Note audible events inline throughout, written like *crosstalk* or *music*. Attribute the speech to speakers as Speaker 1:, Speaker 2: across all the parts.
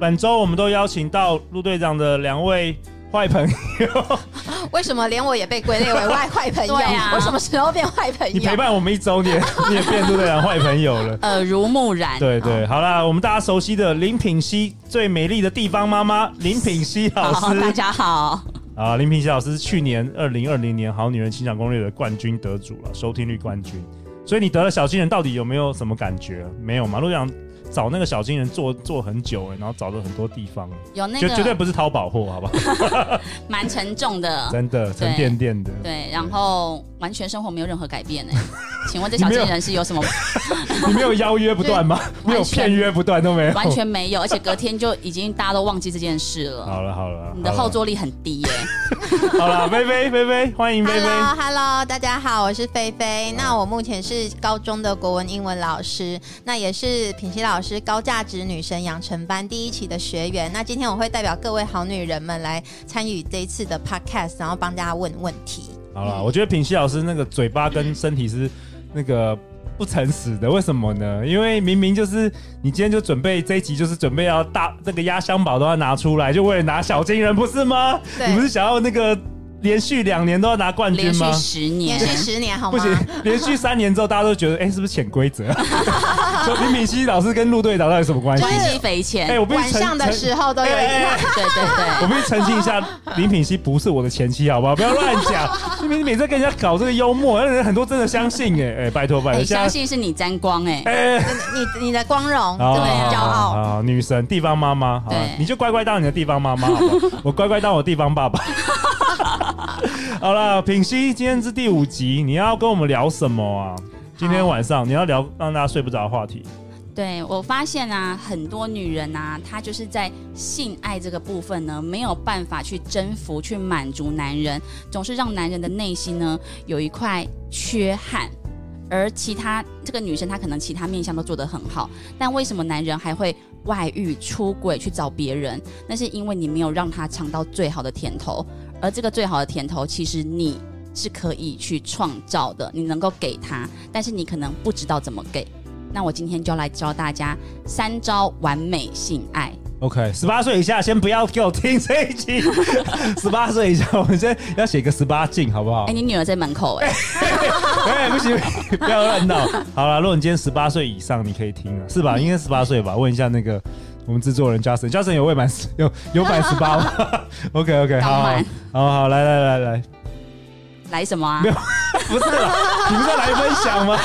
Speaker 1: 本周我们都邀请到陆队长的两位坏朋友，
Speaker 2: 为什么连我也被归类为外坏朋友？
Speaker 3: 对啊
Speaker 2: 我什么时候变坏朋友？
Speaker 1: 你陪伴我们一周
Speaker 3: *laughs*
Speaker 1: 年，你也变陆队长坏朋友了。
Speaker 3: 耳濡目染。
Speaker 1: 对对，好啦，我们大家熟悉的林品熙最美丽的地方妈妈林品熙老
Speaker 3: 好，
Speaker 1: 师，
Speaker 3: 大家好，
Speaker 1: 啊，林平熙老师是去年二零二零年《好女人情场攻略》的冠军得主了，收听率冠军。所以你得了小金人，到底有没有什么感觉？没有嘛？陆想找那个小金人做做很久、欸，然后找了很多地方，
Speaker 3: 有那
Speaker 1: 绝绝对
Speaker 3: 个
Speaker 1: 不是淘宝货，好不
Speaker 3: *laughs*
Speaker 1: 好？
Speaker 3: 蛮沉重的，
Speaker 1: 真的沉甸甸的。
Speaker 3: 对，然后完全生活没有任何改
Speaker 1: *laughs*
Speaker 3: 变哎。请问这小
Speaker 1: 你没有
Speaker 3: 金人是有什么？
Speaker 1: 你没有邀约不断吗？没有
Speaker 3: 完全
Speaker 1: 片约不断都没有。
Speaker 3: 完全没有，而且隔天就已经大家都忘记这件事了。
Speaker 1: 好了好了，
Speaker 3: 你的后坐力很低耶，
Speaker 1: 哦好了，菲菲菲菲，欢迎
Speaker 4: h
Speaker 1: 菲
Speaker 4: e
Speaker 1: 菲
Speaker 4: l。l o h e l l o 大家好，我是菲菲。那我目前是高中的国文、英文老师，那也是品熙老师高价值女神养成班第一期的学员。那今天我会代表各位好女人们来参与这一次的 Podcast，然后帮大家问问题。
Speaker 1: 好了，我觉得品熙老师那个嘴巴跟身体是那个不诚实的，为什么呢？因为明明就是你今天就准备这一集，就是准备要大那个压箱宝都要拿出来，就为了拿小金人，不是吗？
Speaker 4: 对
Speaker 1: 你不是想要那个连续两年都要拿冠军
Speaker 3: 连续
Speaker 1: 吗？
Speaker 3: 十
Speaker 4: 连
Speaker 3: 年，
Speaker 4: 续十年好
Speaker 1: 不
Speaker 4: 吗？
Speaker 1: 行，连续三年之后，大家都
Speaker 4: *laughs*
Speaker 1: 觉得，哎、是不是潜规则？ *laughs* 说林敏熙老师跟陆队长到底有什么关系？
Speaker 3: 关系匪浅。
Speaker 1: 哎、我必须
Speaker 4: 晚
Speaker 1: 澄
Speaker 4: 上的
Speaker 1: 澄
Speaker 4: 时候都有一
Speaker 1: 哎哎哎
Speaker 3: 对对
Speaker 1: *laughs* 我必须澄清一下，林品熙不是我的前妻，好不好？不要乱讲，你每每次跟人家搞这个幽默，让人很多真的相信哎、哎、拜托拜
Speaker 3: 对，
Speaker 1: 托，
Speaker 3: 哎，
Speaker 1: 现在
Speaker 3: 相信是你沾光哎。
Speaker 1: 哎，
Speaker 4: 你你的光荣，
Speaker 1: 好
Speaker 4: 对，
Speaker 1: 好
Speaker 4: 骄
Speaker 1: 好
Speaker 4: 傲。
Speaker 1: 好好女神地方妈妈，好吧
Speaker 3: 对
Speaker 1: 你就乖乖当你的地方妈妈，好不好？我乖乖当我地方爸爸。 *laughs* 好了，品熙，今天是第五集，你要跟我们聊什么啊？今天晚上你要聊让大家睡不着的话题，
Speaker 3: 对我发现啊，很多女人啊，她就是在性爱这个部分呢，没有办法去征服、去满足男人，总是让男人的内心呢有一块缺憾。而其他这个女生，她可能其他面相都做得很好，但为什么男人还会外遇、出轨去找别人？那是因为你没有让他尝到最好的甜头，而这个最好的甜头，其实你是可以去创造的，你能够给他，但是你可能不知道怎么给。那我今天就来教大家三招完美性爱。
Speaker 1: OK，十八岁以下先不要给我听这一集。 *laughs* 十八岁以下，我们先要写个十八禁，好不好
Speaker 3: 哎、？你女儿在门口
Speaker 1: *laughs*
Speaker 3: 哎、
Speaker 1: 哎、不行，不要乱闹。好了，如果你今天十八岁以上，你可以听了，是吧？应该十八岁吧？问一下那个我们制作人 Justin，Justin 有未满十有有满十八
Speaker 4: *laughs*
Speaker 1: 吗？OK OK，好
Speaker 3: 刚
Speaker 1: 好
Speaker 3: 满
Speaker 1: 好好，来来来来，
Speaker 3: 来什么啊
Speaker 1: 没？有，不是
Speaker 4: *laughs*
Speaker 1: 啦，你不是要来分享吗？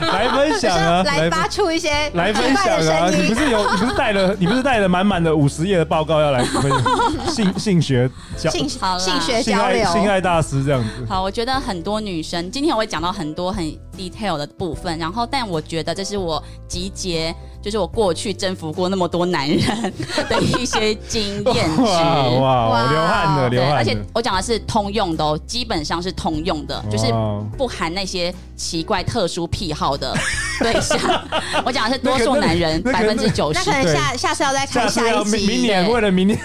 Speaker 1: 来分享啊，
Speaker 4: 来
Speaker 1: 分
Speaker 4: 发出一些
Speaker 1: 来分享
Speaker 4: 奇怪
Speaker 1: 啊！
Speaker 4: 的声
Speaker 1: 你不
Speaker 4: 音，
Speaker 1: 是有，你不是带了，你不是带了满满的五十页的报告要来
Speaker 4: *laughs*
Speaker 1: 分享性性学交
Speaker 4: 性
Speaker 3: 好啦
Speaker 4: 性学
Speaker 1: 性
Speaker 4: 交
Speaker 1: 爱
Speaker 4: 流，
Speaker 1: 性爱大师这样子。
Speaker 3: 好，我觉得很多女生今天我会讲到很多很 detail 的部分，然后但我觉得这是我集结，就是我过去征服过那么多男人的一些经验
Speaker 1: *laughs*
Speaker 3: 值。
Speaker 1: 哇哇，
Speaker 4: 哇
Speaker 1: 流汗了，
Speaker 3: 对，
Speaker 1: 流汗了。
Speaker 3: 而且我讲的是通用的哦，基本上是通用的，就是
Speaker 1: 哇
Speaker 3: 不含那些奇怪特殊癖好的对
Speaker 1: *laughs*
Speaker 3: 象。我讲的是多数男人
Speaker 1: 那
Speaker 3: 百
Speaker 1: 个那
Speaker 3: 分
Speaker 1: 个
Speaker 3: 之九
Speaker 4: 那
Speaker 3: 十
Speaker 4: 可。能下下次要再
Speaker 1: 下
Speaker 4: 开
Speaker 1: 次
Speaker 4: 下
Speaker 1: 要
Speaker 4: 一
Speaker 1: 明明
Speaker 4: 集，
Speaker 1: 年，
Speaker 3: 对。
Speaker 1: 为了明年，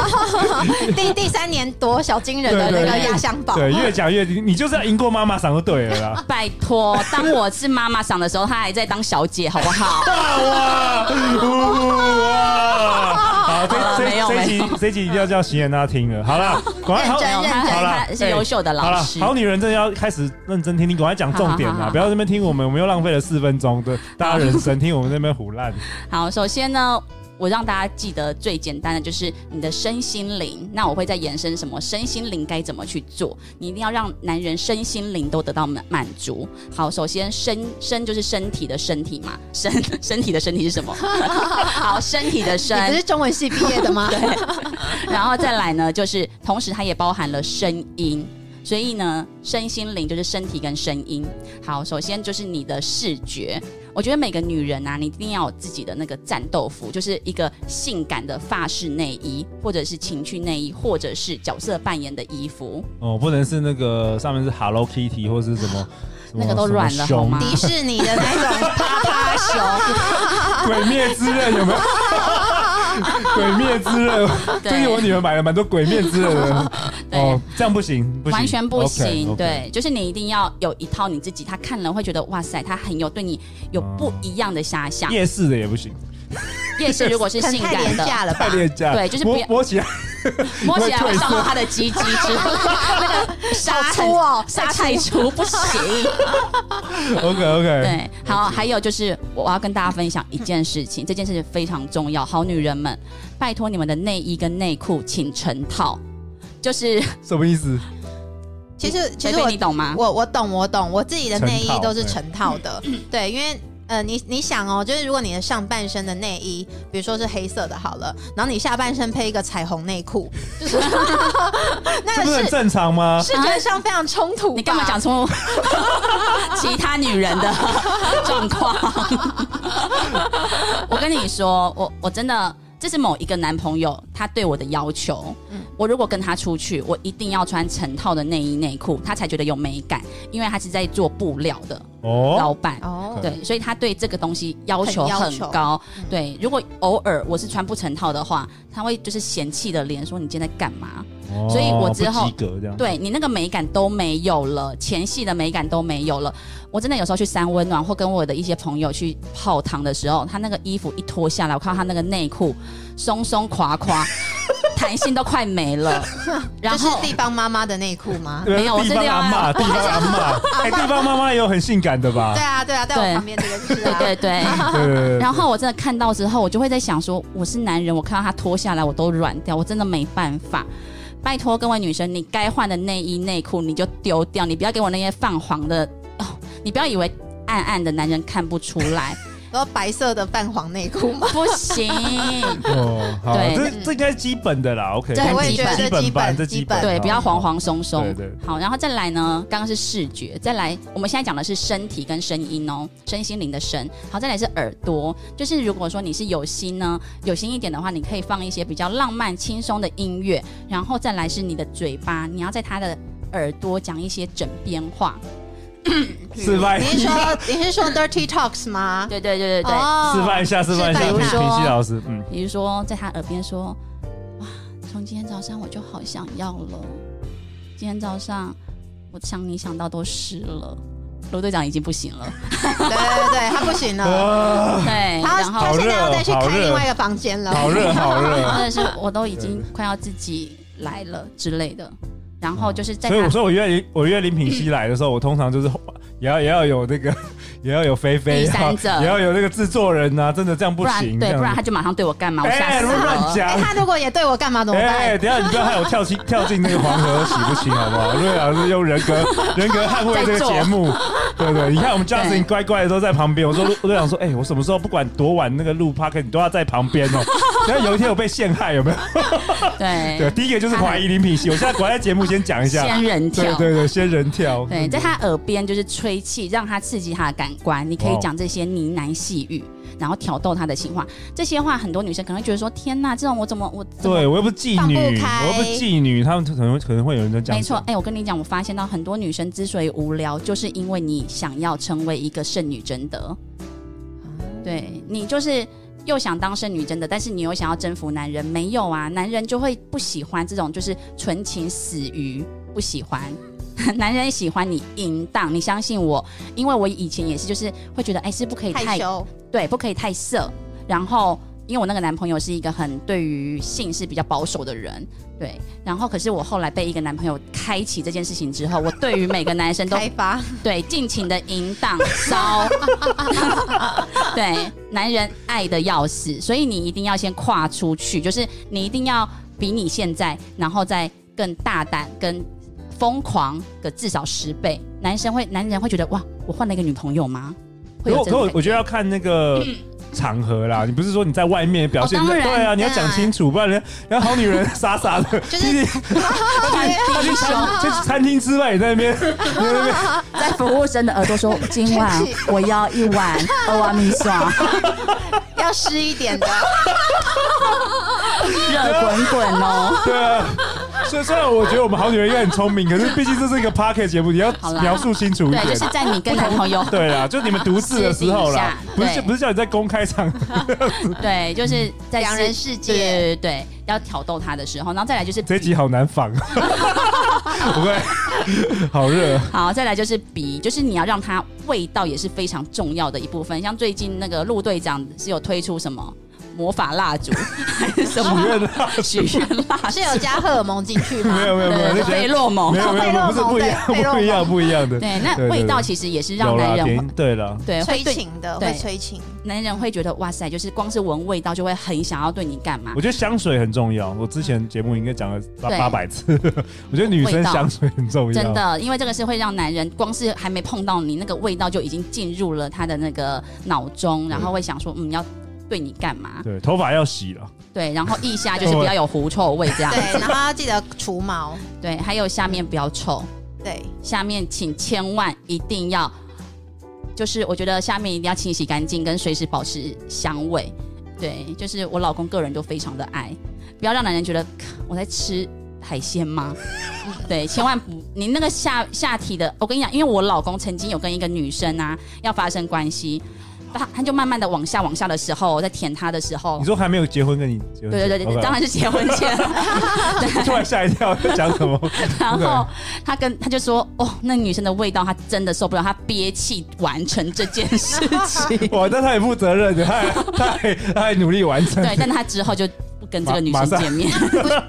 Speaker 4: *laughs* 第第三年夺小金人的那个压箱宝。
Speaker 1: 对，越讲越你就是要赢过妈妈嗓就对了啦
Speaker 3: 拜托，当我是妈妈桑的时候，她还在当小姐，好不好？
Speaker 1: 哇哇呜哇！好，这
Speaker 3: 好了没
Speaker 1: 这
Speaker 3: 有
Speaker 1: 这一
Speaker 3: 没
Speaker 1: 集这一集一定要叫席妍娜听了。好
Speaker 3: *laughs*
Speaker 1: 啦，赶快好
Speaker 4: *laughs* 认真
Speaker 3: 没有她
Speaker 1: 好啦
Speaker 3: 她是优秀的
Speaker 1: 好
Speaker 3: 老
Speaker 1: 啦
Speaker 3: 师。
Speaker 1: 好女人真的要开始认真听听，赶快讲重点
Speaker 3: 好好
Speaker 1: 啦，
Speaker 3: 好
Speaker 1: 不要在那边听我们，我们又浪费了四分钟的大家人生，听我们在那边胡乱。
Speaker 3: 好，首先呢，我让大家记得最简单的就是你的身心灵。那我会再延伸什么身心灵该怎么去做？你一定要让男人身心灵都得到满满足。好，首先身身就是身体的身体嘛，身身 *laughs* 体的身体是什么？好，身体的
Speaker 4: 你不
Speaker 3: 身
Speaker 4: 是，中文系毕业的吗？
Speaker 3: 然后再来呢，就是同时它也包含了声音。所以呢，身心灵就是身体跟声音。好，首先就是你的视觉。我觉得每个女人啊，你一定要有自己的那个战斗服，就是一个性感的发饰内衣，或者是情趣内衣，或者是角色扮演的衣服。
Speaker 1: 哦，不能是那个上面是 Hello Kitty 或是什么，什么
Speaker 3: 那个都软了
Speaker 1: 什么
Speaker 3: 好吗
Speaker 4: 迪士尼的那种啪 *laughs* 啪
Speaker 1: 熊
Speaker 4: 熊，
Speaker 1: *laughs* 鬼灭之刃
Speaker 3: *laughs*
Speaker 1: 有没有？鬼灭之刃，最近我女儿买了蛮多鬼灭之刃
Speaker 3: *laughs*
Speaker 1: 的。
Speaker 3: 对
Speaker 1: 哦，这样不行，不行，
Speaker 3: 完全不
Speaker 1: OK，OK
Speaker 3: 行。对，就是你一定要有一套你自己，他看了会觉得哇塞，他很有对你有不一样的遐想。
Speaker 1: 夜市的也不行，
Speaker 3: 夜市如果是
Speaker 4: 可能
Speaker 3: 性
Speaker 4: 太
Speaker 3: 感
Speaker 4: 廉
Speaker 3: 的，
Speaker 4: 价了
Speaker 1: 太
Speaker 4: 吧？
Speaker 1: 廉价了。
Speaker 3: 对就是不
Speaker 1: 摸
Speaker 3: 要
Speaker 1: 摸起
Speaker 3: *laughs*
Speaker 1: 来，
Speaker 3: 摸起来会伤到他的鸡鸡之后，那个沙
Speaker 2: 好粗哦
Speaker 3: 沙太粗不行。
Speaker 1: OK OK，
Speaker 3: 对，好，还有就是我要跟大家分享一件事情，这件事情非常重要，好女人们，拜托你们的内衣跟内裤请成套，就是
Speaker 1: 什么意思？
Speaker 4: 其实其
Speaker 3: 菲
Speaker 4: 实
Speaker 3: 菲
Speaker 4: 我
Speaker 3: 你啊懂吗？
Speaker 4: 我我懂我懂，我自己的内衣
Speaker 1: 成套
Speaker 4: 都是成套的，对，因为。呃，你你想哦，就是如果你的上半身的内衣，比如说是黑色的好了，然后你下半身配一个彩虹内裤，就是 *laughs* 那
Speaker 1: 这不是
Speaker 4: 个
Speaker 1: 很啊
Speaker 4: 是
Speaker 1: 正常吗？
Speaker 4: 视觉上非常冲突吧。
Speaker 3: 你干嘛讲
Speaker 4: *laughs*
Speaker 3: 出其他女人的状况？ *laughs* 我跟你说，我我真的。这是某一个男朋友他对我的要求，
Speaker 4: 嗯
Speaker 3: 我如果跟他出去，我一定要穿成套的内衣内裤，他才觉得有美感，因为他是在做布料的
Speaker 1: 哦，
Speaker 3: 老板，
Speaker 4: 哦，
Speaker 3: 对，所以他对这个东西要求
Speaker 4: 很要
Speaker 3: 很
Speaker 4: 求嗯
Speaker 3: 高。对，如果偶尔我是穿不成套的话，他会就是嫌弃的脸说你今天在干嘛？所以我
Speaker 1: 哦
Speaker 3: 之后
Speaker 1: 不及格这样。
Speaker 3: 对你那个美感都没有了，前戏的美感都没有了。我真的有时候去三温暖或跟我的一些朋友去泡汤的时候，他那个衣服一脱下来，我看到他那个内裤松松垮 *laughs* 垮，弹性都快没 *laughs* 了。然
Speaker 4: 这是
Speaker 3: 后
Speaker 4: 地方妈妈的内裤吗？
Speaker 1: 对
Speaker 3: 没有我
Speaker 1: 地
Speaker 3: 真
Speaker 1: 方
Speaker 3: 的要
Speaker 1: 阿妈，地方阿
Speaker 3: *laughs*
Speaker 1: 妈，哎，地方妈妈也有很性感的吧
Speaker 4: 对？啊，对啊，在我
Speaker 3: 对
Speaker 4: 旁边这个就是
Speaker 3: 对
Speaker 4: 啊，
Speaker 3: 对对。
Speaker 1: 对对对。
Speaker 3: *laughs* 然后我真的看到之后，我就会在想说，我是男人，我看到他脱下来，我都软掉，我真的没办法。拜托各位女生，你该换的内衣内裤你就丢掉，你不要给我那些泛黄的哦，你不要以为暗暗的男人看不出来，
Speaker 4: 然后白色的泛黄内裤嘛。
Speaker 3: 不
Speaker 1: *laughs*
Speaker 3: 行。
Speaker 1: 哦，好，
Speaker 3: 对嗯
Speaker 1: 这这应该是基本的啦，OK，
Speaker 3: 对我也觉得
Speaker 1: 基
Speaker 4: 这
Speaker 1: 本版，
Speaker 4: 基本
Speaker 1: 这基本，
Speaker 3: 对，
Speaker 1: 好
Speaker 3: 不要黄。黄松
Speaker 1: 对
Speaker 3: 松
Speaker 1: 对。
Speaker 3: 好，然后再来呢，刚刚是视觉，再来，我们现在讲的是身体跟声音哦，身心灵的身。好，再来是耳朵，就是如果说你是有心呢，有心一点的话，你可以放一些比较浪漫、轻松的音乐，然后再来是你的嘴巴，你要在他的耳朵讲一些枕边话。
Speaker 1: 示
Speaker 3: *laughs*
Speaker 1: 范
Speaker 4: 你是说你是说 dirty talks 吗？
Speaker 3: 对对对对对，
Speaker 4: 哦
Speaker 1: 示范一下，示范一下，
Speaker 4: 示
Speaker 1: 品
Speaker 4: 范一
Speaker 3: 下
Speaker 1: 品熙老师，嗯，
Speaker 3: 比如说在他耳边说：“哇，从今天早上我就好想要了，今天早上我想你想到都湿了。”罗队长已经不行
Speaker 1: *laughs*
Speaker 3: 了，
Speaker 4: 对对对，他不行了，
Speaker 3: 哦
Speaker 1: 啊，
Speaker 3: 对，
Speaker 4: 他
Speaker 3: 然后
Speaker 4: 他现在要再去
Speaker 1: 好热
Speaker 4: 开
Speaker 1: 好热
Speaker 4: 另外一个房间了。
Speaker 1: 好热，好
Speaker 3: 真
Speaker 1: 热。
Speaker 3: 的是我都已经快要自己来了之类的，然后就是在
Speaker 1: 所以我
Speaker 3: 他
Speaker 1: 说，我约林，我约林品熙来的时候，我通常就是也要也要有那个， *laughs* 也要有菲菲，啊
Speaker 3: 第三者
Speaker 1: 也要有那个制作人呐，真的这样
Speaker 3: 不
Speaker 1: 不
Speaker 3: 然
Speaker 1: 行，
Speaker 3: 对，
Speaker 1: 这样
Speaker 3: 不然他就马上对我干嘛，我吓
Speaker 1: 哎，
Speaker 3: 死
Speaker 1: 不要乱
Speaker 3: 了。
Speaker 4: 哎，
Speaker 1: 讲。
Speaker 4: 他如果也对我干嘛怎么
Speaker 1: 哎，
Speaker 4: 办？
Speaker 1: 等一下你不要害我跳进跳进那个黄河洗不清好不好？瑞老师用人格人格捍卫这个节目，对对，你看我们 Justin
Speaker 3: 对
Speaker 1: 乖乖的都在旁边，我说我都想说，哎，我什么时候不管多晚那个录 p a r k 你都要在旁边哦。然后有一天我被陷害，有没有？对，
Speaker 3: 对，
Speaker 1: 第一个就是怀疑林品熙，我现
Speaker 3: *laughs*
Speaker 1: 在果然在节目先讲一下，
Speaker 3: 仙人跳
Speaker 1: 对。对对，仙人嗯跳，
Speaker 3: 对，在他耳边就是吹气，让他刺激他的感官。你可以
Speaker 1: 哇
Speaker 3: 讲这些呢喃细语，然后挑逗他的情话。这些话很多女生可能会觉得说：“天呐，这种我怎么我怎么
Speaker 1: 对我又不是妓女，
Speaker 4: 放不开
Speaker 1: 我又不是妓女，他们可能可能会有人在讲，
Speaker 3: 没错，哎、我跟你讲，我发现到很多女生之所以无聊，就是因为你想要成为一个剩女贞德，对你就是又想当剩女贞德，但是你又想要征服男人，没有啊，男人就会不喜欢这种就是纯情死鱼，不喜欢。 *laughs* 男人喜欢你淫荡，你相信我，因为我以前也是，就是会觉得，哎、是不可以
Speaker 4: 害
Speaker 3: 太
Speaker 4: 羞，
Speaker 3: 对，不可以太色。然后，因为我那个男朋友是一个很对于性是比较保守的人，对。然后，可是我后来被一个男朋友开启这件事情之后，我对于每个男生都
Speaker 4: 开发
Speaker 3: 对尽情的淫荡骚，对，男人爱的要死，所以你一定要先跨出去，就是你一定要比你现在，然后再更大胆跟。疯狂个至少十倍，男生会男人会觉得哇，我换了一个女朋友吗？
Speaker 1: 可
Speaker 3: 会有
Speaker 1: 我
Speaker 3: 这
Speaker 1: 可我
Speaker 3: 种感觉嗯
Speaker 1: 我觉得要看那个场合啦，你不是说你在外面表现，
Speaker 3: 哦当然
Speaker 1: 对啊，你要
Speaker 4: 当
Speaker 1: 讲
Speaker 4: 然
Speaker 1: 清楚，不然人人家好女人 *laughs* 傻傻
Speaker 3: *laughs*
Speaker 1: 的，
Speaker 4: 就是
Speaker 1: 他去餐去餐厅吃饭也在那边，
Speaker 5: 在服务生的耳朵说：“今晚我要一碗欧阿米刷，
Speaker 4: 要湿一
Speaker 3: *laughs*
Speaker 4: 点的，
Speaker 5: 热滚滚哦。
Speaker 1: 对啊。所以虽然我觉得我们好女人也很聪明，可是毕竟这是一个 p o c k e t 节目，你要
Speaker 3: 好啦
Speaker 1: 描述清楚一
Speaker 3: 对，
Speaker 1: 点
Speaker 3: 就。是在你跟男朋友
Speaker 1: 对啦，就你们独自的时候啦，
Speaker 3: 私
Speaker 1: 不
Speaker 3: 底
Speaker 1: 是
Speaker 3: 下
Speaker 1: 不是叫你在公开场合
Speaker 3: 对，就是在
Speaker 4: 两人世界
Speaker 3: 对对对对，要挑逗他的时候，然后再来就是
Speaker 1: 这一集好难
Speaker 3: *laughs*
Speaker 1: 仿，不会，好热。
Speaker 3: 好，再来就是鼻，就是你要让它味道也是非常重要的一部分。像最近那个陆队长是有推出什么魔法蜡烛还是什
Speaker 1: 许
Speaker 3: 么
Speaker 1: 愿蜡
Speaker 3: 许愿
Speaker 5: *laughs*
Speaker 3: 蜡
Speaker 4: 是
Speaker 3: 烛？
Speaker 4: 有加荷尔蒙进去
Speaker 1: *laughs*
Speaker 4: 吗？
Speaker 1: 没有没有没有，
Speaker 3: 对
Speaker 1: 那
Speaker 3: 对，
Speaker 1: 些
Speaker 3: 费洛蒙
Speaker 1: 没。有没有没有，不是不一样，不一样，不一样的。
Speaker 3: 对，那
Speaker 1: 对对
Speaker 3: 味道
Speaker 1: 对
Speaker 3: 其实也是让
Speaker 1: 有啦
Speaker 3: 男，人
Speaker 1: 甜
Speaker 3: 会
Speaker 1: 对了，
Speaker 3: *laughs* 对会
Speaker 4: 催
Speaker 3: 对
Speaker 4: 情的，
Speaker 3: 对
Speaker 4: 会催情。
Speaker 3: 男人会觉得哇塞，就是光是闻味道就会很想要对你干嘛
Speaker 1: 我。觉得香水很重要。我之前节目应该讲了八
Speaker 3: 对
Speaker 1: 八百次， *laughs* 我觉得女生
Speaker 3: 味道
Speaker 1: 香水很重要。
Speaker 3: 真，的，因为这个是会让男人光是还没碰到你，那个味道就已经进入了他的那个脑中，然后会想说，嗯，要对你干嘛？
Speaker 1: 对，头发要洗了，
Speaker 3: 对，然后腋下就是不要有狐臭味这样。
Speaker 4: 对，然后要记得除毛。
Speaker 3: 对，还有下面不要臭，
Speaker 4: 对，
Speaker 3: 下面请千万一定要，就是我觉得下面一定要清洗干净，跟随时保持香味。对，就是我老公个人就非常的爱，不要让男人觉得咔我在吃海
Speaker 1: *laughs*
Speaker 3: 鲜吗？对，千万不，你那个下下体的，我跟你讲，因为我老公曾经有跟一个女生啊要发生关系，他他就慢慢的往下往下的时候，我在舔他的时候
Speaker 1: 你，说还没有结婚跟你结婚？
Speaker 3: 哦对对对对，
Speaker 1: OK
Speaker 3: 当然是结婚前。
Speaker 1: 突然吓一跳，在讲
Speaker 3: *laughs*
Speaker 1: 什么？
Speaker 3: 然后他跟他就说：“哦，那女生的味道，他真的受不了，他憋气完成这件
Speaker 1: *laughs*
Speaker 3: 事情。
Speaker 1: 哇，那他也负责任的，他还他还他还努力完成。
Speaker 3: 对，但他之后就不跟这个女
Speaker 1: 马
Speaker 3: 生
Speaker 1: 马上
Speaker 3: 见面。
Speaker 4: *laughs*
Speaker 1: *laughs*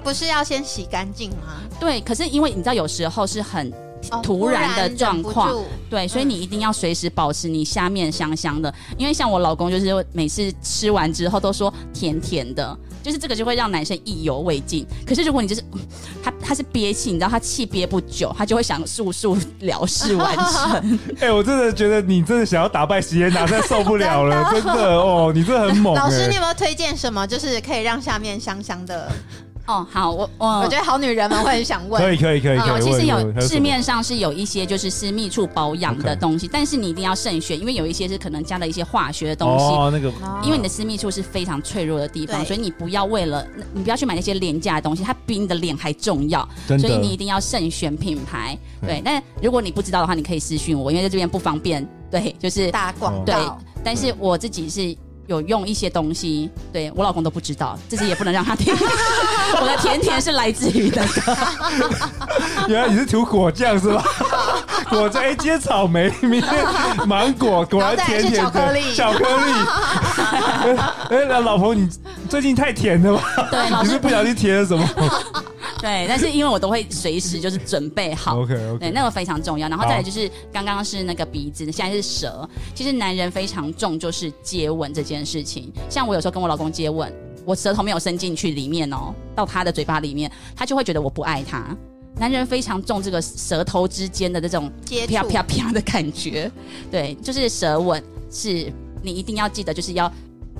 Speaker 4: 不不是要先洗干净吗？
Speaker 3: 对，可是因为你知道，有时候是很
Speaker 4: 哦
Speaker 3: 突然的
Speaker 4: 不忍
Speaker 3: 状
Speaker 4: 不
Speaker 3: 况
Speaker 4: 住
Speaker 3: 对，所以你一定要随时保持你下面香香的，因为像我老公就是每次吃完之后都说甜甜的，就是这个就会让男生意犹未尽。可是如果你就是嗯他他是憋气，你知道他气憋不久，他就会想速速了事完
Speaker 1: *laughs*
Speaker 3: 成。
Speaker 1: 哎，我真的觉得你真的想要打败席耶娜，真的受不了
Speaker 3: *laughs*
Speaker 1: 了，真的哦，你真的很猛。
Speaker 4: 老师，
Speaker 1: 哎
Speaker 4: 你有没有推荐什么，就是可以让下面香香的？
Speaker 3: 哦，好，我我
Speaker 4: 我觉得好女人们会很想问。
Speaker 1: 可以可以可以可以
Speaker 3: 有，
Speaker 1: 问，
Speaker 3: 啊呃其实有
Speaker 1: 问
Speaker 3: 市。面上是有一些就是私密处保养的东西，但是你一定要慎选，因为有一些是可能加了一些化学的
Speaker 1: 还
Speaker 3: 东
Speaker 1: 有什么
Speaker 3: 西。
Speaker 1: 哦，那个，
Speaker 3: 因为你的私密处是非常脆弱的地方，
Speaker 4: 对
Speaker 3: 所以你不要为了你不要去买那些廉价的东西，它比你的脸还重要，
Speaker 1: 真的
Speaker 3: 所以你一定要慎选品牌。对，那如果你不知道的话，你可以私讯我，因为在这边不方便。对，就是
Speaker 4: 打广
Speaker 3: 对
Speaker 1: 哦
Speaker 4: 告，，
Speaker 3: 但是我自己是有用一些东西，对我老公都不知道，自己也不能让他听。 *laughs* 我的甜甜是来自于那个
Speaker 1: 原来你是涂果酱是吧？
Speaker 3: *laughs*
Speaker 1: 果酱，哎、今天草莓，明天芒果，果然甜甜的，
Speaker 4: 然后再来是
Speaker 1: 巧
Speaker 4: 巧
Speaker 1: 克
Speaker 3: *laughs*
Speaker 1: 力。哎、哎老婆，你最近太甜了吧？
Speaker 3: 对老
Speaker 1: 你是
Speaker 3: 师
Speaker 1: 不小心甜了什么
Speaker 3: 对，但是因为我都会随时就是准备 *laughs* 好。
Speaker 1: ？OK
Speaker 3: 对，
Speaker 1: OK，
Speaker 3: 那个非常重要。然后再来就是刚刚是那个鼻子，现在是舌。其实男人非常重就是接吻这件事情。像我有时候跟我老公接吻，我舌头没有伸进去里面哦，到他的嘴巴里面，他就会觉得我不爱他。男人非常重这个舌头之间的这种
Speaker 4: 接
Speaker 3: 啪
Speaker 4: 触
Speaker 3: 啪啪的感觉，对，就是舌吻是你一定要记得，就是要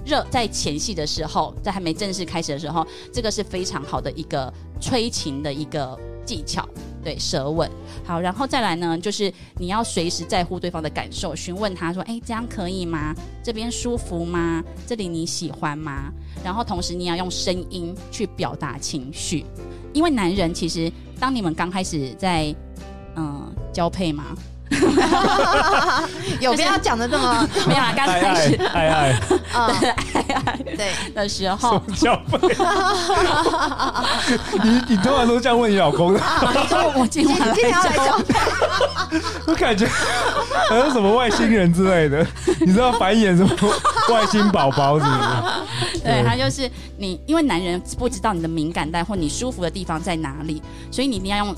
Speaker 3: 热在前戏的时候，在还没正式开始的时候，这个是非常好的一个催情的一个技巧，对，舌吻。好，然后再来呢，就是你要随时在乎对方的感受，询问他说：“哎，这样可以吗？这边舒服吗？这里你喜欢吗？”然后同时你要用声音去表达情绪，因为男人其实当你们刚开始在嗯交配嘛，
Speaker 4: 有必要讲的这么
Speaker 3: 没有啦，啊刚
Speaker 1: 爱
Speaker 3: 开
Speaker 1: 爱
Speaker 3: 始
Speaker 1: 爱
Speaker 3: *laughs*
Speaker 1: 爱，
Speaker 4: 嗯
Speaker 3: 爱 *laughs*
Speaker 4: 对
Speaker 3: 的时
Speaker 1: 什
Speaker 3: 候
Speaker 1: 么，叫费？ *laughs* 你你通常都这样问你老公的，
Speaker 3: 我今晚来
Speaker 4: 今天要来
Speaker 3: 交
Speaker 4: 教
Speaker 1: 我感觉好像什么外星人之类的，你知道繁衍什么外星宝宝是不是？
Speaker 3: 对，他就是你，因为男人不知道你的敏感带或你舒服的地方在哪里，所以你一定要用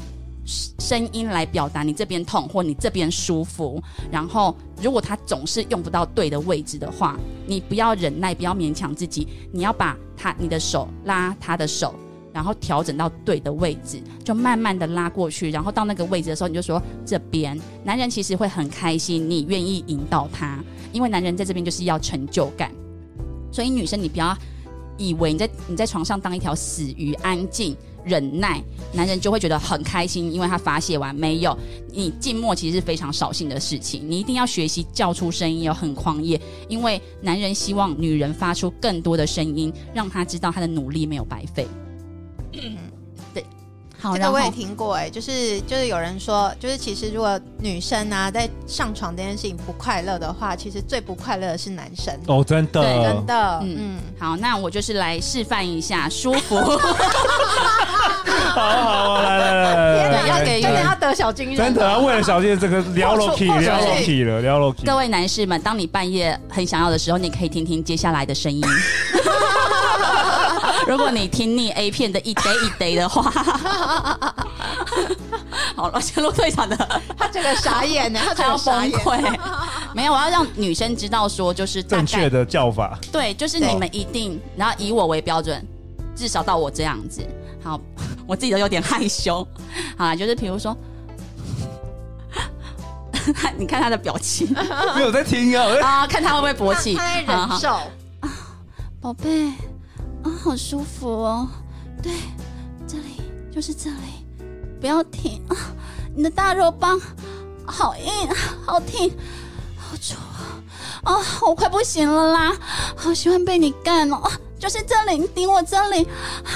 Speaker 3: 声音来表达你这边痛或你这边舒服。然后，如果他总是用不到对的位置的话，你不要忍耐，不要勉强自己，你要把他你的手拉他的手。然后调整到对的位置，就慢慢的拉过去，然后到那个位置的时候，你就说这边。男人其实会很开心，你愿意引导他，因为男人在这边就是要成就感。所以女生你不要以为你在你在床上当一条死鱼，安静忍耐，男人就会觉得很开心，因为他发泄完没有。你静默其实是非常扫兴的事情，你一定要学习叫出声音，要很狂野，因为男人希望女人发出更多的声音，让他知道他的努力没有白费。对，好，
Speaker 4: 这
Speaker 3: 然后
Speaker 4: 个我也听过哎、就是就是有人说，就是其实如果女生啊在上床这件事情不快乐的话，其实最不快乐的是男生，
Speaker 1: 哦，真的，
Speaker 3: 对
Speaker 4: 真的，嗯
Speaker 3: 嗯，好，那我就是来示范一下舒服。
Speaker 1: 好好啊，来来来来来
Speaker 3: 对要
Speaker 1: 来，
Speaker 3: 给
Speaker 4: 真的要得小金人，
Speaker 1: 真的啊，为了小健这个聊 l
Speaker 4: 破
Speaker 1: o
Speaker 4: 处
Speaker 1: k
Speaker 4: 破
Speaker 1: y
Speaker 4: 处
Speaker 1: 聊 l o k y 了，聊 l o k
Speaker 3: 各
Speaker 1: y
Speaker 3: 位男士们，当你半夜很想要的时候，你可以听听接下来的声音。 *laughs* 如果你听腻 A 片的一堆一堆的话， *laughs* 好了，先陆队长
Speaker 4: *laughs*
Speaker 3: 的
Speaker 4: 他这个傻
Speaker 3: *laughs*
Speaker 4: 眼呢、他
Speaker 3: 他
Speaker 4: 整
Speaker 3: 要
Speaker 4: 个傻
Speaker 3: 崩
Speaker 4: 眼，
Speaker 3: 溃。 *laughs* 没有，我要让女生知道说，就是大概
Speaker 1: 正确的叫法，
Speaker 3: 对，就是
Speaker 4: 对
Speaker 3: 你们一定，然后以我为标准，至少到我这样子。好， *laughs* 我自己都有点害羞。好啦，就是比如说， *laughs* 你看他的表
Speaker 4: *laughs*
Speaker 3: 情
Speaker 1: 没有在听啊，我在
Speaker 3: 啊，看他会不会勃
Speaker 4: 他
Speaker 3: 起。
Speaker 4: 他在
Speaker 3: 好
Speaker 4: 忍
Speaker 3: 好
Speaker 4: 受，
Speaker 5: 宝贝，啊，好舒服哦。对，这里就是这里，不要停啊！你的大肉棒好硬，好挺，好粗哦！我快不行了啦，好喜欢被你干哦！就是这里，你顶我这里，啊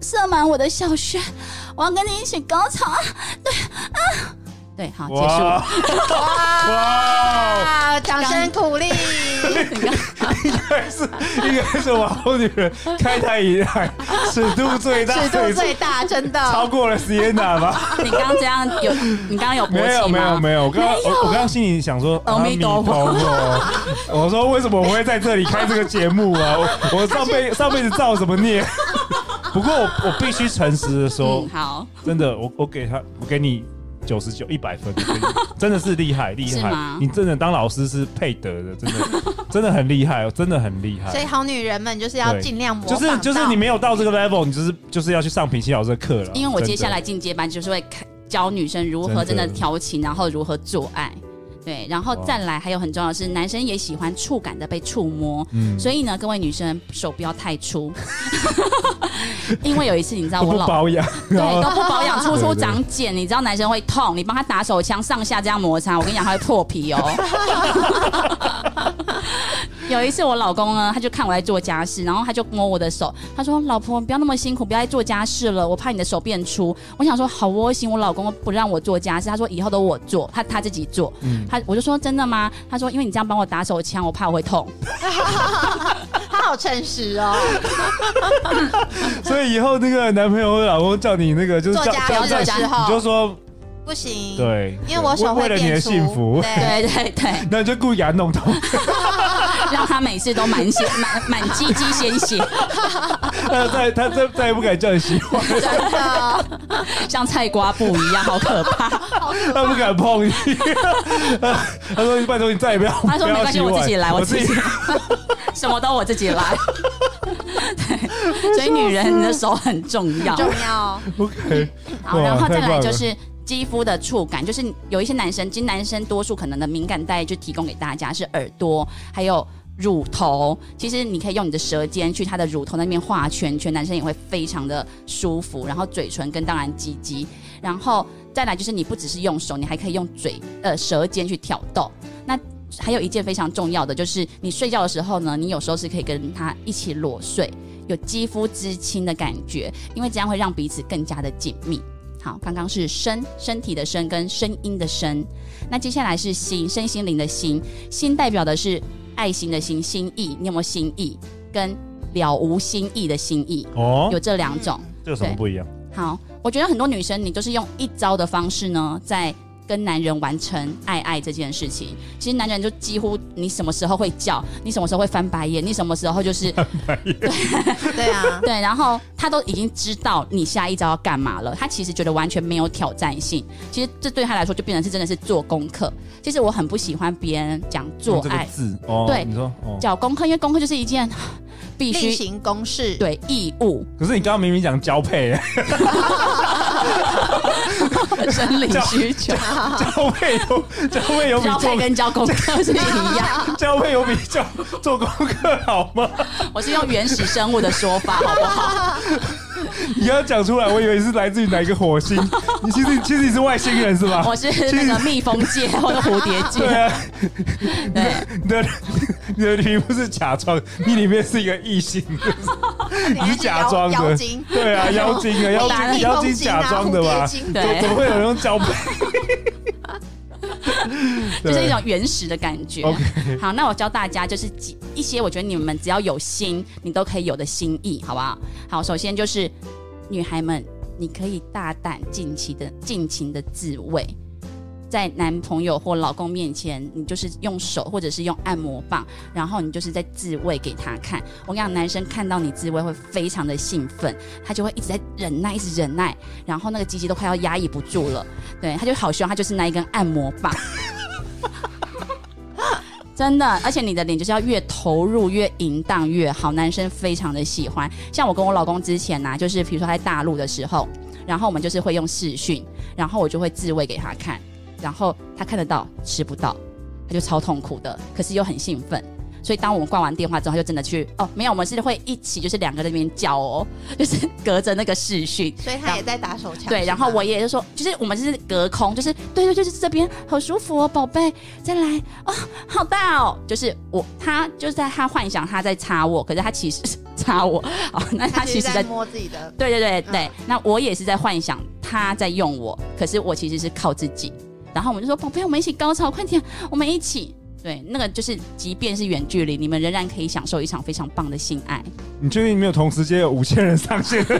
Speaker 5: 射满我的小穴，我要跟你一起高潮啊！
Speaker 3: 对，好，结束。
Speaker 1: 哇哇，
Speaker 4: 啊，掌声
Speaker 1: *laughs*
Speaker 4: 鼓励，
Speaker 1: 是应该是网络女人开台以来尺度最大，
Speaker 4: 尺度最大，真
Speaker 1: 超
Speaker 4: 的，
Speaker 1: 过了 Sienna 吧？
Speaker 3: 你刚刚这样有，你刚刚有勃起
Speaker 1: 没有没
Speaker 3: 吗？
Speaker 1: 有没有，我刚刚我我刚刚心里想说，啊
Speaker 3: 阿弥陀佛
Speaker 1: 阿弥陀佛我说为什么我会在这里开这个节目啊？我我上辈上辈子造什么孽？ *laughs* 不过我我必须诚实的说
Speaker 3: 嗯，，好，
Speaker 1: 真的，我我给他，我给你九十九一百
Speaker 3: *laughs*
Speaker 1: 分，我给你真的是厉害厉
Speaker 3: 是
Speaker 1: 害
Speaker 3: 吗，
Speaker 1: 你真的当老师是配得的，真的 *laughs* 真的很厉害，哦，真的很厉害
Speaker 4: 所。以好女人们就是要
Speaker 1: 对
Speaker 4: 尽量模
Speaker 1: 就
Speaker 4: 仿
Speaker 1: 是
Speaker 4: 到，
Speaker 1: 就是你没有到这个 level，你就是就是要去上平西老师的课了。
Speaker 3: 因为我
Speaker 1: 真的
Speaker 3: 接下来进阶班就是会开教女生如何
Speaker 1: 真的
Speaker 3: 真的调情，然后如何做爱。对，然后
Speaker 1: 哇
Speaker 3: 再来还有很重要的是，男生也喜欢触感的被触摸，
Speaker 1: 嗯
Speaker 3: 所以呢，各位女生手不要太粗， *laughs* 因为有一次你知道
Speaker 1: 都
Speaker 3: 我
Speaker 1: 不
Speaker 3: 老
Speaker 1: 保养，
Speaker 3: 对
Speaker 1: 然后
Speaker 3: 都不保养，粗粗
Speaker 1: 对对
Speaker 3: 长茧，你知道男生会痛，你帮他打手枪上下这样摩擦，我跟你讲他会破皮哦。有一次我老公呢，他就看我在做家事，然后他就摸我的手，他说：“老婆，你不要那么辛苦，不要再做家事了，我怕你的手变粗。”我想说好窝心，我老公不让我做家事，他说以后都我做，他他自己做。
Speaker 1: 嗯
Speaker 3: 他我就说真的吗？他说因为你这样帮我打手枪，我怕我会痛。
Speaker 4: 他好诚实
Speaker 1: *laughs*
Speaker 4: 哦，
Speaker 1: 所以以后那个男朋友或老公叫你那个就是
Speaker 4: 做
Speaker 1: 叫
Speaker 4: 家
Speaker 1: 叫
Speaker 4: 事的
Speaker 1: 叫
Speaker 4: 时候
Speaker 1: 你就说
Speaker 4: 不行，，
Speaker 1: 对，
Speaker 4: 因为我
Speaker 1: 为
Speaker 4: 手会
Speaker 1: 为了你
Speaker 4: 变
Speaker 1: 的
Speaker 4: 粗，
Speaker 1: 幸福，
Speaker 4: 对，
Speaker 3: 对对对，
Speaker 1: *laughs* 那你就故意给他弄痛， *laughs*
Speaker 3: 让他每次都满血满满鸡鸡鲜血，
Speaker 1: 他再他再再也不敢叫你洗
Speaker 3: *laughs*
Speaker 1: 碗，
Speaker 4: 真的。
Speaker 1: *laughs*
Speaker 3: 像菜瓜布一样，好可怕。
Speaker 1: 他不敢碰你， *laughs* 他说拜托你再也不要，
Speaker 3: *laughs* 他说
Speaker 1: 不
Speaker 3: 没
Speaker 1: 要
Speaker 3: 关系，
Speaker 1: 洗碗
Speaker 3: 我自己来，我自己 *laughs* 什么都我自己来。 *laughs*
Speaker 1: *laughs*
Speaker 3: 对，所以女人你的手很重要。
Speaker 4: 重要，
Speaker 1: OK，
Speaker 3: 好，然后
Speaker 1: 哇
Speaker 3: 再
Speaker 1: 太棒
Speaker 3: 来
Speaker 1: 了
Speaker 3: 就是肌肤的触感，就是有一些男生，其实男生多数可能的敏感带就提供给大家是耳朵，还有。乳头，其实你可以用你的舌尖去他的乳头那边画圈圈，男生也会非常的舒服。然后嘴唇跟当然鸡鸡，然后再来就是你不只是用手，你还可以用嘴呃舌尖去挑逗。那还有一件非常重要的就是你睡觉的时候呢，你有时候是可以跟他一起裸睡，有肌肤之亲的感觉，因为这样会让彼此更加的紧密。好，刚刚是身身体的身跟声音的声，那接下来是心身心灵的心，心代表的是爱心的心心意，你有没有心意？跟了无心意的心意，
Speaker 1: 哦
Speaker 3: 有，这两种。
Speaker 1: 这有什么不一样？
Speaker 3: 好，我觉得很多女生你都是用一招的方式呢，在跟男人完成爱爱这件事情。其实男人就几乎你什么时候会叫，你什么时候会翻白眼，你什么时候就是，
Speaker 4: 对啊
Speaker 3: 对，然后他都已经知道你下一招要干嘛了，他其实觉得完全没有挑战性。其实这对他来说就变成是真的是做功课。其实我很不喜欢别人讲做
Speaker 1: 用这个
Speaker 3: 爱、
Speaker 1: 字哦，
Speaker 3: 对
Speaker 1: 你说哦，
Speaker 3: 讲功课，因为功课就是一 *laughs* 件必
Speaker 4: 例
Speaker 3: 须
Speaker 4: 行公事，
Speaker 3: 对义务。啊
Speaker 1: 可是你刚刚明明讲交配，
Speaker 3: *laughs* 生理需 *laughs* 求，
Speaker 1: *laughs* 交配有交配有比
Speaker 3: *laughs* 交配
Speaker 1: 做
Speaker 3: 跟交功
Speaker 1: *laughs*
Speaker 3: 课是一样。
Speaker 1: 交配有比做做功课好吗？
Speaker 3: 我是用原始生物的说法，好不好？
Speaker 1: 你要讲出来，我以为是来自于哪一个火
Speaker 3: *laughs*
Speaker 1: 星。你其实其实你是外星人是吧？
Speaker 3: 我是那个蜜蜂界或者蝴蝶
Speaker 1: 对
Speaker 3: 界，
Speaker 1: 啊， *laughs*
Speaker 3: 对，
Speaker 1: 你的你的题目是假装，你里面是一个异性，你是假装
Speaker 4: 妖
Speaker 1: 的
Speaker 4: 妖精。
Speaker 1: 对
Speaker 3: *laughs*
Speaker 4: *laughs*
Speaker 1: 啊，妖精啊，妖
Speaker 3: 打了
Speaker 1: 精，妖精假装的吧？
Speaker 4: 对
Speaker 1: 怎么
Speaker 3: 对
Speaker 1: 怎么会有人
Speaker 3: *laughs*
Speaker 1: 用交配？
Speaker 3: 就是一
Speaker 1: 对啊
Speaker 3: 种原始的感觉。
Speaker 1: OK
Speaker 3: *laughs* 好，那我教大家就是几一些，我觉得你们只要有心，你都可以有的心意，好不好？好，首先就是女孩们，你可以大胆尽情的尽情的自慰。在男朋友或老公面前，你就是用手或者是用按摩棒，然后你就是在自慰给他看。我跟你讲，男生看到你自慰会非常的兴奋，他就会一直在忍耐，一直忍耐，然后那个鸡鸡都快要压抑不住了，对，他就好希望他就是那一根按摩棒。真的，而且你的脸就是要越投入越淫荡越好，男生非常的喜欢。像我跟我老公之前呐、就是比如说在大陆的时候，然后我们就是会用视讯，然后我就会自慰给他看，然后他看得到吃不到，他就超痛苦的，可是又很兴奋。所以当我们挂完电话之后，他就真的去哦，没有，我们是会一起，就是两个在那边叫哦，就是隔着那个视讯，
Speaker 4: 所以他也在打手枪。
Speaker 3: 对，然后我也就说，就是我们就是隔空，就是对对，就是这边好舒服哦，宝贝，再来哦，好大哦，就是我他就是在他幻想他在插我，可是他其实是 *laughs* 插我，哦，那他
Speaker 4: 他
Speaker 3: 其
Speaker 4: 其
Speaker 3: 实
Speaker 4: 实
Speaker 3: 在
Speaker 4: 在摸自己的。
Speaker 3: 对对对对，那我也是在幻想他在用我，可是我其实是靠自己。然后我们就说，宝贝，我们一起高潮，快点，我们一起。对，那个就是，即便是远距离，你们仍然可以享受一场非常棒的性爱。
Speaker 1: 你确定没有同时间有五千人上
Speaker 3: *laughs*
Speaker 1: 线？偷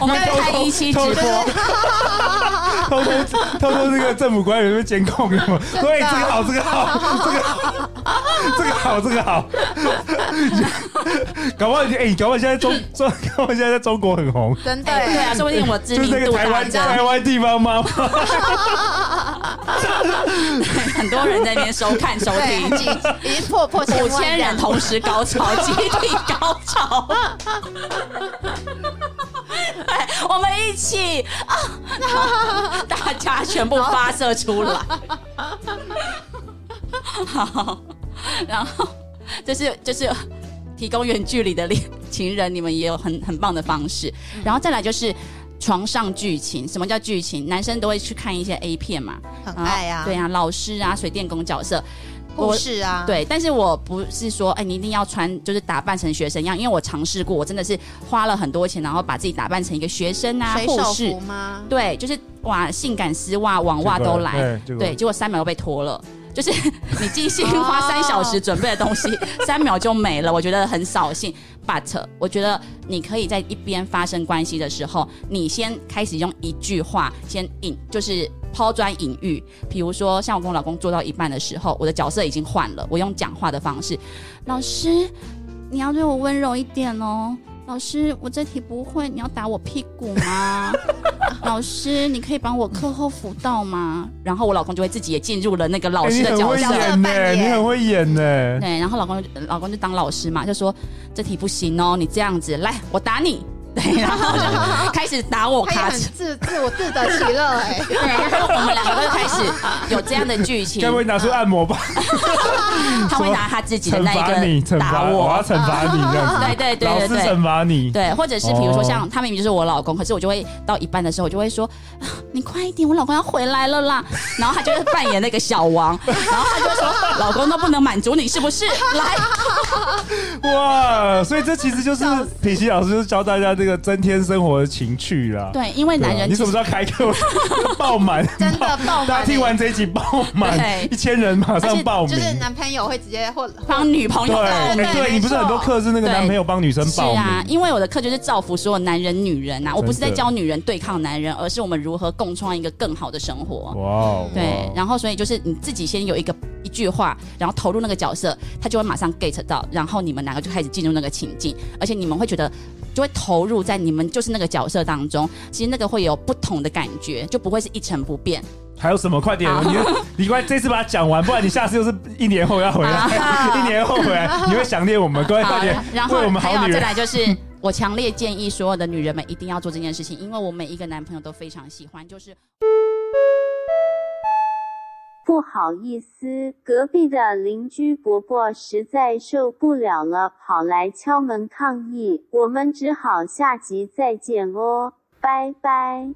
Speaker 3: 我们就开一期直
Speaker 1: 偷
Speaker 3: 播，
Speaker 1: 偷偷偷这个政府官员被监控有吗？对，这个好，这个好，这个好，这个好，这个好。搞不好你哎，搞不好现在中
Speaker 3: 嗯
Speaker 1: 中，搞不好现在在中国很红，
Speaker 4: 真的
Speaker 3: 哎对
Speaker 4: 耶，
Speaker 3: 啊，说不定我知
Speaker 1: 就是
Speaker 3: 名
Speaker 1: 那个
Speaker 3: 度
Speaker 1: 台
Speaker 3: 大
Speaker 1: 湾
Speaker 3: 增。
Speaker 1: 台湾地方妈妈。
Speaker 3: 很多人在那边收看收
Speaker 4: 对，已
Speaker 3: 听，
Speaker 4: 经已
Speaker 3: *laughs*
Speaker 4: 经破破
Speaker 3: 五
Speaker 4: 万
Speaker 3: 千人
Speaker 4: 了
Speaker 3: 同时高潮，集体高潮。对，哎我们一起啊，大家全部发射出来。好，然后就是就是提供远距离的恋情人，你们也有很很棒的方式。然后再来就是床上剧情，什么叫剧情？男生都会去看一些 A 片嘛，
Speaker 4: 很爱啊，
Speaker 3: 对啊，老师啊，水电工角色，
Speaker 4: 护士啊，，
Speaker 3: 对，但是我不是说，哎、你一定要穿，就是打扮成学生样，因为我尝试过，我真的是花了很多钱，然后把自己打扮成一个学生啊，
Speaker 4: 水
Speaker 3: 护
Speaker 4: 手
Speaker 3: 士
Speaker 4: 服，吗？
Speaker 3: 对，就是哇，性感丝袜、网袜都来，
Speaker 1: 对，
Speaker 3: 对，结果三秒就被脱了。就是你精心花三小时准备的东西，三秒就没了，我觉得很扫兴。But 我觉得你可以在一边发生关系的时候，你先开始用一句话先引，就是抛砖引玉。比如说，像我跟我老公做到一半的时候，我的角色已经换了，我用讲话的方式，
Speaker 5: 老师，你要对我温柔一点哦。老师，我这题不会，你要打我屁股
Speaker 1: *laughs*
Speaker 5: 吗？老师，你可以帮我课后辅导吗？
Speaker 3: 然后我老公就会自己也进入了那个老
Speaker 1: 哎
Speaker 3: 师
Speaker 1: 你
Speaker 3: 的
Speaker 1: 很
Speaker 3: 角
Speaker 1: 会
Speaker 3: 色。
Speaker 1: 演呢，你很会演
Speaker 3: *laughs*
Speaker 1: 呢。
Speaker 3: 对，然后老公就老公就当老师嘛，就说这题不行哦，你这样子来，我打你。对，然后就开始打我
Speaker 4: 他也
Speaker 3: 卡
Speaker 4: 很
Speaker 3: 尺，
Speaker 4: 自自我自得其乐哎，
Speaker 3: 对，然后我们两个就开始有这样的剧
Speaker 1: *laughs*
Speaker 3: 情
Speaker 1: 该。不会拿出按摩棒
Speaker 3: 他会拿他自己的
Speaker 1: 惩
Speaker 3: 那
Speaker 1: 罚你？
Speaker 3: 一
Speaker 1: 惩
Speaker 3: 个打
Speaker 1: 罚我要
Speaker 3: 我，
Speaker 1: 惩罚你这样子。
Speaker 3: *laughs* 对对对
Speaker 1: 老
Speaker 3: 对
Speaker 1: 师
Speaker 3: 对
Speaker 1: 惩罚 *laughs* 你。
Speaker 3: 对，或者是比如
Speaker 1: 哦
Speaker 3: 说像他明明就是我老公，可是我就会到一半的时候，我就会说啊你快一点，我老公要回来了啦。然后他就会扮演那个小王，然后他就会说老公都不能满足你是不是？来，
Speaker 1: 哇，所以这其实就是品熙老师就是教大家这个增添生活的情趣啦。
Speaker 3: 对，因为
Speaker 1: 对啊，
Speaker 3: 男人
Speaker 1: 你怎么
Speaker 3: 其
Speaker 1: 知道
Speaker 3: 实
Speaker 1: 开课 *laughs* 爆满？
Speaker 4: 真的爆
Speaker 1: *laughs*
Speaker 4: 满
Speaker 1: 大家听完这一集爆满
Speaker 3: 对，
Speaker 1: *laughs* 一千人马上报名
Speaker 4: 就。是男朋友会直接或或
Speaker 3: 帮女朋
Speaker 1: 对，
Speaker 3: 友
Speaker 1: 哎
Speaker 4: 对
Speaker 1: 对
Speaker 4: 没
Speaker 1: 你不是
Speaker 4: 错
Speaker 1: 很多课是那个
Speaker 3: 对
Speaker 1: 男朋友帮女生
Speaker 3: 是
Speaker 1: 报
Speaker 3: 啊，
Speaker 1: 名，
Speaker 3: 因为我的课就是造福所有男人、女人啊呐、我不是在
Speaker 1: 真的
Speaker 3: 教女人对抗男人，而是我们如何共创一个更好的生活。
Speaker 1: 哇哦，
Speaker 3: 对，然后所以就是你自己先有一个一句话，然后投入那个角色，他就会马上 get 到，然后你们两个就开始进入那个情境，而且你们会觉得就会投入在你们就是那个角色当中，其实那个会有不同的感觉，就不会是一成不变。
Speaker 1: 还有什么？快点，
Speaker 3: 好
Speaker 1: 你你快这次把它讲完，不然你下次又是一年 *laughs* 哎后要回来，一年后回来你会想念我们，各位快
Speaker 3: 啊好
Speaker 1: 点，
Speaker 3: 然后
Speaker 1: 为我们
Speaker 3: 还
Speaker 1: 好
Speaker 3: 有
Speaker 1: 女
Speaker 3: 再
Speaker 1: 人 *laughs*
Speaker 3: 来就是我强烈建议所有的女人们一定要做这件事情，因为我每一个男朋友都非常喜欢，就是
Speaker 6: 不好意思，隔壁的邻居伯伯实在受不了了，跑来敲门抗议，我们只好下集再见哦，拜拜。